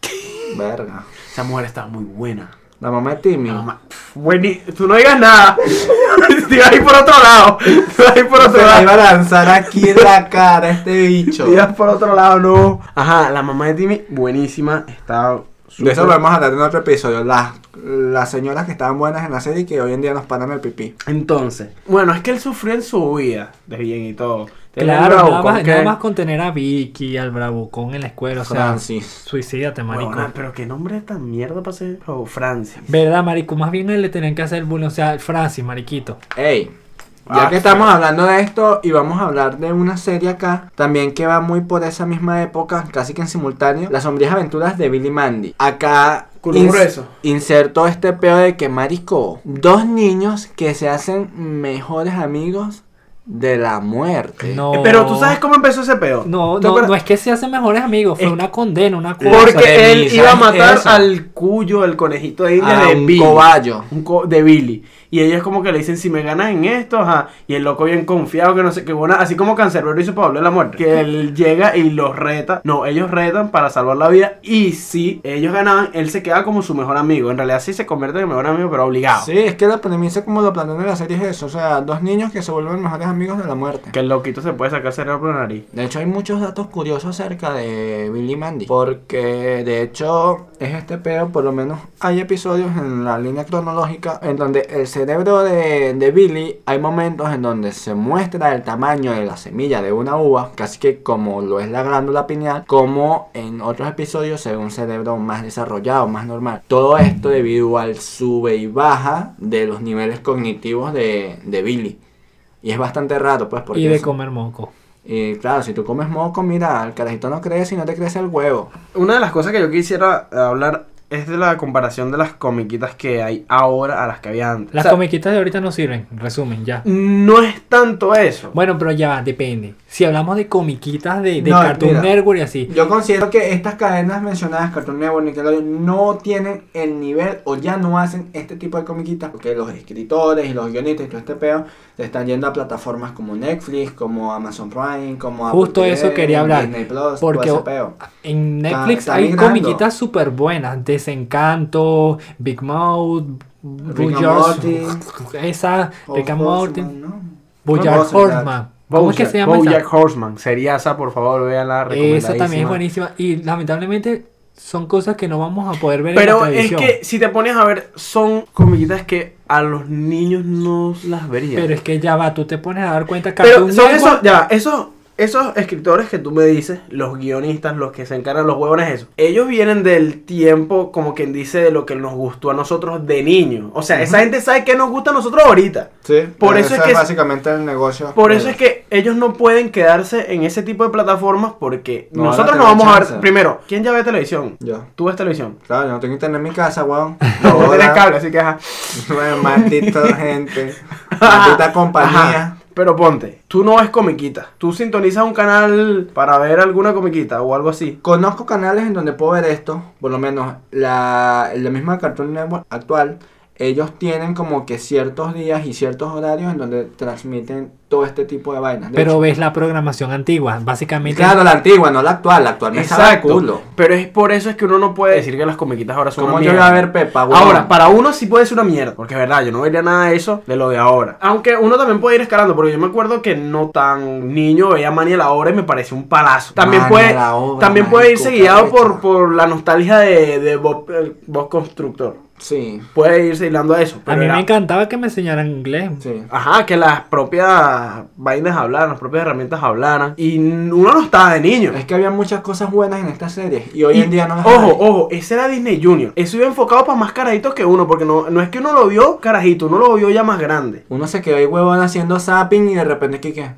S1: Verga.
S2: Esa mujer está muy buena.
S1: La mamá de Timmy.
S2: Mamá, pf, bueni- Tú no digas nada. Te ibas a ir por otro lado. Te ibas a ir por
S1: Se
S2: otro
S1: la iba a
S2: lado.
S1: lanzar aquí en la cara este bicho.
S2: Te ibas por otro lado, no. Ajá, la mamá de Timmy, buenísima. Está
S1: De eso
S2: súper-
S1: vamos a hablar en otro episodio. Las, las señoras que estaban buenas en la serie y que hoy en día nos paran el pipí.
S2: Entonces, bueno, es que él sufrió en su vida. De bien y todo. Él era
S3: Claro,
S2: bravo,
S3: nada
S2: ¿con
S3: más,
S2: qué?
S3: nada más con tener a Vicky, al bravucón en la escuela. O sea,
S1: Francis.
S3: suicídate, marico.
S2: Huevona, pero qué nombre tan mierda para ser. Oh, Francia.
S3: ¿Verdad, marico? Más bien a él le tenían que hacer bullying. O sea, Francis, mariquito.
S1: Ey. Ya
S2: Ah,
S1: que estamos hablando de esto y vamos a hablar de una serie acá, también que va muy por esa misma época, casi que en simultáneo, Las sombrías aventuras de Billy Mandy. Acá
S2: Culo grueso.
S1: insertó este peo de que marico, dos niños que se hacen mejores amigos de la muerte.
S3: No.
S2: Eh, Pero tú sabes cómo empezó ese peo.
S3: No,
S2: ¿Te
S3: no,
S2: acuerdas?
S3: no es que se hacen mejores amigos, fue
S2: Es-
S3: una condena, una cosa.
S1: Eso,
S2: Porque él
S1: Billy,
S2: iba a
S1: ¿sabes
S2: matar
S1: eso?
S2: al cuyo, el conejito de India
S1: A
S2: de
S1: un
S2: Billy.
S1: cobayo.
S2: Un co- de Billy. Y ellos como que le dicen, si me ganas en esto, ajá. Y el loco bien confiado, que no sé qué bueno. Así como Cancerbero hizo Pablo de la muerte. Que él llega y los reta. No, ellos retan para salvar la vida. Y si ellos ganaban, él se queda como su mejor amigo. En realidad sí se convierte en el mejor amigo, pero obligado.
S1: Sí, es que la premisa como lo plantean en la serie es eso, o sea, dos niños que se vuelven mejores amigos de la muerte.
S2: Que el loquito se puede sacar cerebro por la nariz.
S1: De hecho, hay muchos datos curiosos acerca de Billy Mandy. Porque, de hecho, es este pedo, por lo menos hay episodios en la línea cronológica en donde el cerebro de, de Billy, hay momentos en donde se muestra el tamaño de la semilla de una uva, casi que como lo es la glándula pineal, como en otros episodios se ve un cerebro más desarrollado, más normal. Todo esto debido al sube y baja de los niveles cognitivos de, de Billy. Y es bastante raro, pues, porque...
S3: y de
S1: es-
S3: comer moco.
S1: y claro, si tú comes moco, mira, el carajito no crece y no te crece el huevo.
S2: Una de las cosas que yo quisiera hablar es de la comparación de las comiquitas que hay ahora a las que había antes. O
S3: Las
S2: sea,
S3: comiquitas de ahorita no sirven, resumen, ya.
S2: No es tanto eso.
S3: Bueno, pero ya va, depende. Si hablamos de comiquitas de, de
S1: No,
S3: Cartoon
S1: mira.
S3: Network y así.
S1: Yo considero que estas cadenas mencionadas, Cartoon Network, Nickelodeon, no tienen el nivel o ya no hacen este tipo de comiquitas porque los escritores y los guionistas y todo este peo se están yendo a plataformas como Netflix, como Amazon Prime, como Apple
S3: Justo
S1: TV,
S3: eso quería hablar.
S1: Disney Plus,
S3: porque
S1: todo ese peo.
S3: en
S1: Está-
S3: Netflix
S1: está
S3: hay
S1: migrando.
S3: comiquitas súper buenas. Desencanto, Big Mouth,
S1: and
S3: Bojack...
S1: Morty.
S3: Esa, Rick and Morty,
S1: Horseman, ¿no?
S3: Bojack
S1: Horseman.
S3: Horseman. ¿Cómo es que se llama esa?
S2: Bojack Horseman. Seriasa, por favor, véanla.
S3: Esa también es
S2: recomendadísima.
S3: buenísima. Y lamentablemente son cosas que no vamos a poder ver en
S2: Pero
S3: la
S2: es
S3: televisión.
S2: que si te pones a ver, son comiquitas que a los niños no las verían.
S3: Pero es que ya va, tú te pones a dar cuenta
S2: Pero
S3: Cartoon
S2: son
S3: Network-
S2: esos, ya, va, esos, esos escritores que tú me dices, los guionistas, los que se encargan de los huevones, eso. Ellos vienen del tiempo, como quien dice, de lo que nos gustó a nosotros de niños. O sea, esa gente sabe que nos gusta a nosotros ahorita.
S1: Sí,
S2: Por
S1: eh,
S2: eso es
S1: ese
S2: que-
S1: básicamente el negocio.
S2: Por eso es que ellos no pueden quedarse en ese tipo de plataformas porque
S1: No,
S2: nosotros
S1: no
S2: no vamos
S1: tenemos
S2: a ver.
S1: chance.
S2: Primero, ¿quién ya ve televisión?
S1: Yo.
S2: Tú ves televisión.
S1: Claro, yo no tengo internet en mi casa, weón.
S2: No, no
S1: Ahora-
S2: tienes cable, así que ajá.
S1: Bueno, maldito gente. Maldita compañía.
S2: Ajá. Pero ponte, tú no ves comiquita. Tú sintonizas un canal para ver alguna comiquita o algo así.
S1: Conozco canales en donde puedo ver esto. Por lo menos la, la misma Cartoon Network actual. Ellos tienen como que ciertos días y ciertos horarios en donde transmiten todo este tipo de vainas. De
S3: Pero
S1: hecho,
S3: ves la programación antigua, básicamente.
S1: claro, la antigua, no la actual. La actual me sabe a culo.
S2: Pero es por eso es que uno no puede decir que las comiquitas ahora son
S1: ¿Cómo
S2: una
S1: yo voy
S2: mierda.
S1: a ver Pepa, weón?
S2: Ahora, para uno sí puede ser una mierda, porque es verdad, yo no vería nada de eso de lo de ahora. Aunque uno también puede ir escalando, porque yo me acuerdo que no tan niño veía Manny a la obra y me pareció un palazo. También
S1: Manny
S2: puede,
S1: a la obra,
S2: también puede irse
S1: marico,
S2: guiado
S1: qué arrecho.
S2: por, por la nostalgia de, de Bob, el Bob Constructor.
S1: Sí,
S2: Puede irse hilando a eso.
S3: a
S2: pero
S3: mí
S2: era-
S3: me encantaba que me enseñaran inglés.
S1: sí.
S2: Ajá, que las propias vainas hablaran, las propias herramientas hablaran. Y n- uno no estaba de niño.
S1: Es que había muchas cosas buenas en estas series. Y hoy en
S2: Y-
S1: día no las
S2: Ojo,
S1: hay.
S2: ojo, ese era Disney Junior. Eso iba enfocado para más carajitos que uno, porque no, no es que uno lo vio carajito, uno lo vio ya más grande.
S1: Uno se quedó ahí huevón haciendo zapping y de repente ¿qué qué?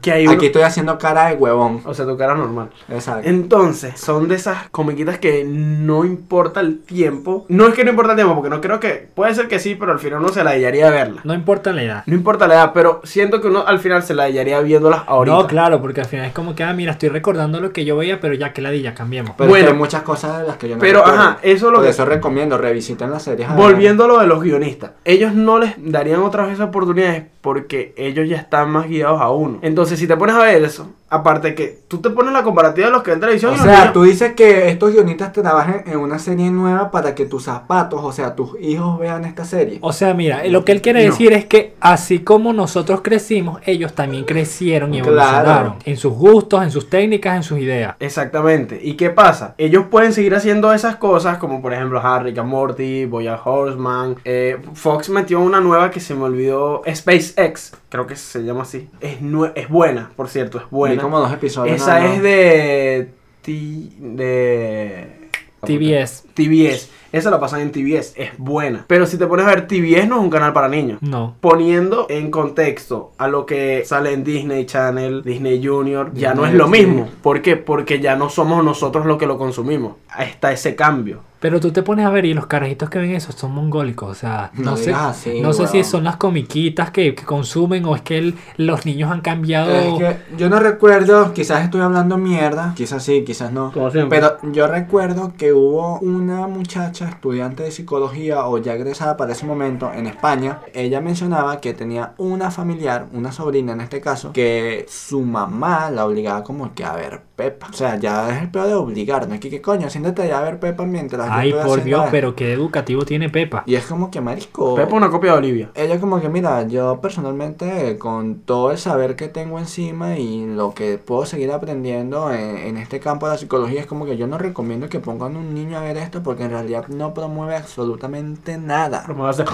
S2: Que hay
S1: Aquí
S2: uno-
S1: estoy haciendo cara de huevón.
S2: O sea, tu cara normal.
S1: Exacto.
S2: Entonces, son de esas comiquitas que no importa el tiempo. No es que no importa el tiempo, porque no creo que. Puede ser que sí, pero al final uno se la hallaría verla.
S3: No importa la edad.
S2: No importa la edad, pero siento que uno al final se la hallaría viéndolas ahorita.
S3: No, claro, porque al final es como que, ah, mira, estoy recordando lo que yo veía, pero ya que la di, ya cambiamos.
S1: Pero
S2: Bueno.
S1: es que hay muchas cosas de las que yo no
S2: Pero,
S1: recuerdo.
S2: ajá, eso es lo
S1: Por
S2: que-
S1: eso recomiendo, revisiten las series.
S2: Volviendo a lo de los guionistas, ellos no les darían otra vez esas oportunidades porque ellos ya están más guiados a uno. Entonces, si te pones a ver eso, aparte que tú te pones la comparativa de los que ven televisión
S1: O
S2: y los
S1: sea,
S2: niños-
S1: tú dices que estos guionistas trabajen en una serie nueva para que tus zapatos, o sea, tus hijos vean esta
S2: Oh,
S1: serie.
S3: O sea, mira, lo que él quiere
S2: No.
S3: decir es que así como nosotros crecimos, ellos también crecieron y
S1: Claro.
S3: evolucionaron en sus gustos, en sus técnicas, en sus ideas.
S2: Exactamente. ¿Y qué pasa? Ellos pueden seguir haciendo esas cosas, como por ejemplo Harry, Morty, Boya Horseman. eh, Fox metió una nueva que se me olvidó, SpaceX, creo que se llama así. Es, nue- es buena, por cierto, es
S1: Vi
S2: buena.
S1: como dos episodios.
S2: Esa
S1: nada más.
S2: es de... Ti- de...
S3: TBS.
S2: TBS. Esa la pasan en TBS, es buena. Pero si te pones a ver, TBS no es un canal para niños.
S3: No.
S2: Poniendo en contexto a lo que sale en Disney Channel, Disney Junior, ya no es
S1: Disney,
S2: lo
S1: sí.
S2: mismo. ¿Por qué? Porque ya no somos nosotros los que lo consumimos. Está ese cambio.
S3: Pero tú te pones a ver y los carajitos que ven eso son mongólicos. O sea, no,
S1: No
S3: sé,
S1: digas así,
S3: no sé si
S1: weón.
S3: son las comiquitas que, que consumen o es que el- los niños han cambiado.
S1: Es que yo no recuerdo, quizás estoy hablando mierda, quizás sí, quizás no.
S2: Como siempre.
S1: Pero yo recuerdo que hubo una muchacha estudiante de psicología o ya egresada para ese momento en España. Ella mencionaba que tenía una familiar, una sobrina en este caso, que su mamá la obligaba como que a ver Pepa. O sea, ya es el peor de obligar, no es que, que coño, siéntate allá a ver Pepa mientras yo
S3: Ay,
S1: estoy
S3: por
S1: haciendo
S3: Dios,
S1: esto".
S3: pero qué educativo tiene Pepa.
S1: Y es como que marisco.
S2: Pepa una copia de Olivia.
S1: Ella como que, mira, yo personalmente con todo el saber que tengo encima y lo que puedo seguir aprendiendo en, en este campo de la psicología es como que yo no recomiendo que pongan un niño a ver esto porque en realidad no promueve absolutamente nada.
S2: Pero me va a hacer-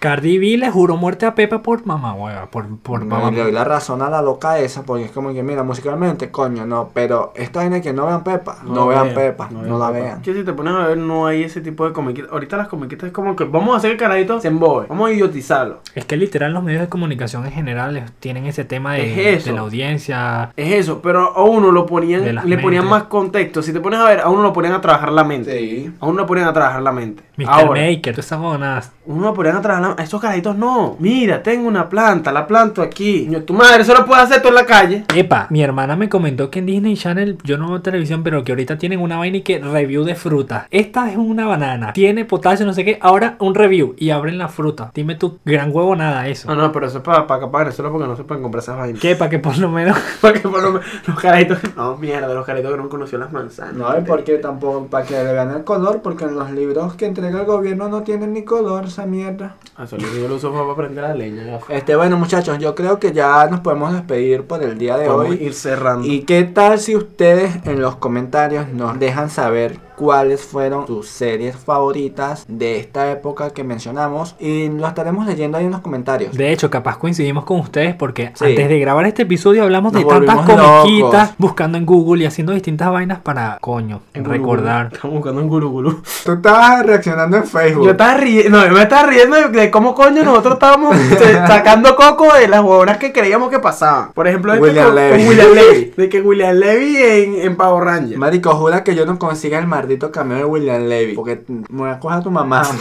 S3: Cardi B le juró muerte a Pepa por mamá, hueva, por, por
S1: No,
S3: mamá.
S1: y le doy la razón a la loca esa porque es como que, mira, musicalmente, coño, no, pero esta vaina que no vean Pepa, no,
S2: la
S1: vean Pepa, no, la
S2: Pepa.
S1: vean.
S2: Que si te pones a ver, no hay ese tipo de comiquitas. Ahorita las comiquitas es como que vamos a hacer que el carajito se embobe. Vamos a idiotizarlo.
S3: Es que literal los medios de comunicación en general eh, tienen ese tema de,
S2: Es eso.
S3: de la audiencia.
S2: Es eso, pero a uno lo ponían,
S3: De
S2: le
S3: las
S2: ponían
S3: mentes.
S2: más contexto. Si te pones a ver, a uno lo ponían a trabajar la mente.
S1: Sí.
S2: A uno lo ponían a trabajar la mente.
S3: Mr.
S2: Ahora,
S3: Maker, todas esas jonas.
S2: uno lo ponían a trabajar la mente. Estos carajitos no. Mira, tengo una planta, la planto aquí. Coño, tu madre, eso lo puedes hacer tú en la calle.
S3: Epa, mi hermana me comentó que en Disney Channel, yo no veo televisión, pero que ahorita tienen una vaina y que review de fruta. Esta es una banana, tiene potasio, no sé qué, ahora un review y abren la fruta. Dime tu gran huevo nada eso.
S2: No, no, pero eso es para, para capaz eso porque no se pueden comprar esas vainas.
S3: Que para que por lo menos
S2: Porque por lo menos los carajitos. No, mierda, los carajitos que no conocían las manzanas.
S1: No, y porque tampoco, para que le vean el color, porque en los libros que entrega el gobierno no tienen ni color esa mierda.
S2: Ah, solo que yo lo uso fue para prender la leña. ya fue.
S1: Este, bueno, muchachos, yo creo que ya nos podemos despedir por el día de
S2: Podemos
S1: hoy.
S2: ir cerrando.
S1: ¿Y qué tal si ustedes en los comentarios nos dejan saber cuáles fueron sus series favoritas de esta época que mencionamos? Y lo estaremos leyendo ahí en los comentarios.
S3: De hecho, capaz coincidimos con ustedes porque
S1: Sí.
S3: antes de grabar este episodio hablamos de
S1: Nos
S3: tantas
S1: volvimos
S3: comiquitas,
S1: locos.
S3: buscando en Google y haciendo distintas vainas para, coño,
S2: En Gulugulú.
S3: recordar.
S2: Estamos buscando en Gulugulú.
S1: Tú estabas reaccionando en Facebook.
S2: Yo estaba riendo, no, yo me estaba riendo de, de cómo coño nosotros estábamos eh, sacando coco de las huevonas que creíamos que pasaban. Por ejemplo, este
S1: William
S2: con,
S1: Levy.
S2: con William Levy. De que William Levy en, en Power Ranger.
S1: Marico, jura que yo no consiga el maldito cameo de William Levy. Porque me voy a coger a tu mamá.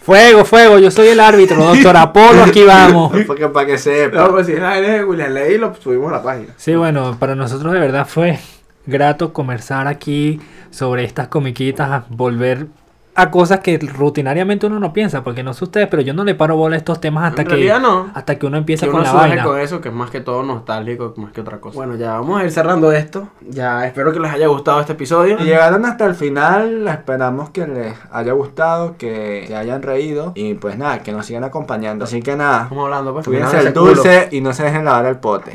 S3: Fuego, fuego, yo soy el árbitro, doctor Apolo, aquí vamos.
S1: porque para que
S2: No,
S1: sepa.
S2: pues si es la de William Levy, lo subimos a la página.
S3: Sí, bueno, para nosotros de verdad fue grato conversar aquí sobre estas comiquitas, a volver a cosas que rutinariamente uno no piensa, porque no sé ustedes, pero yo no le paro bola a estos temas hasta
S2: en
S3: que
S2: realidad no.
S3: hasta que uno empieza
S2: Que
S3: con
S2: uno
S3: la
S2: surge
S3: vaina.
S2: con eso, que es más que todo nostálgico, más que otra cosa. Bueno, ya vamos a ir cerrando esto. Ya espero que les haya gustado este episodio.
S1: Y Llegaron hasta el final, esperamos que les haya gustado, que se hayan reído y pues nada, que nos sigan acompañando. Así que nada,
S2: Estamos hablando, pues.
S1: Cuídense
S2: Cuídense
S1: el
S2: culo.
S1: dulce y no se dejen lavar el pote.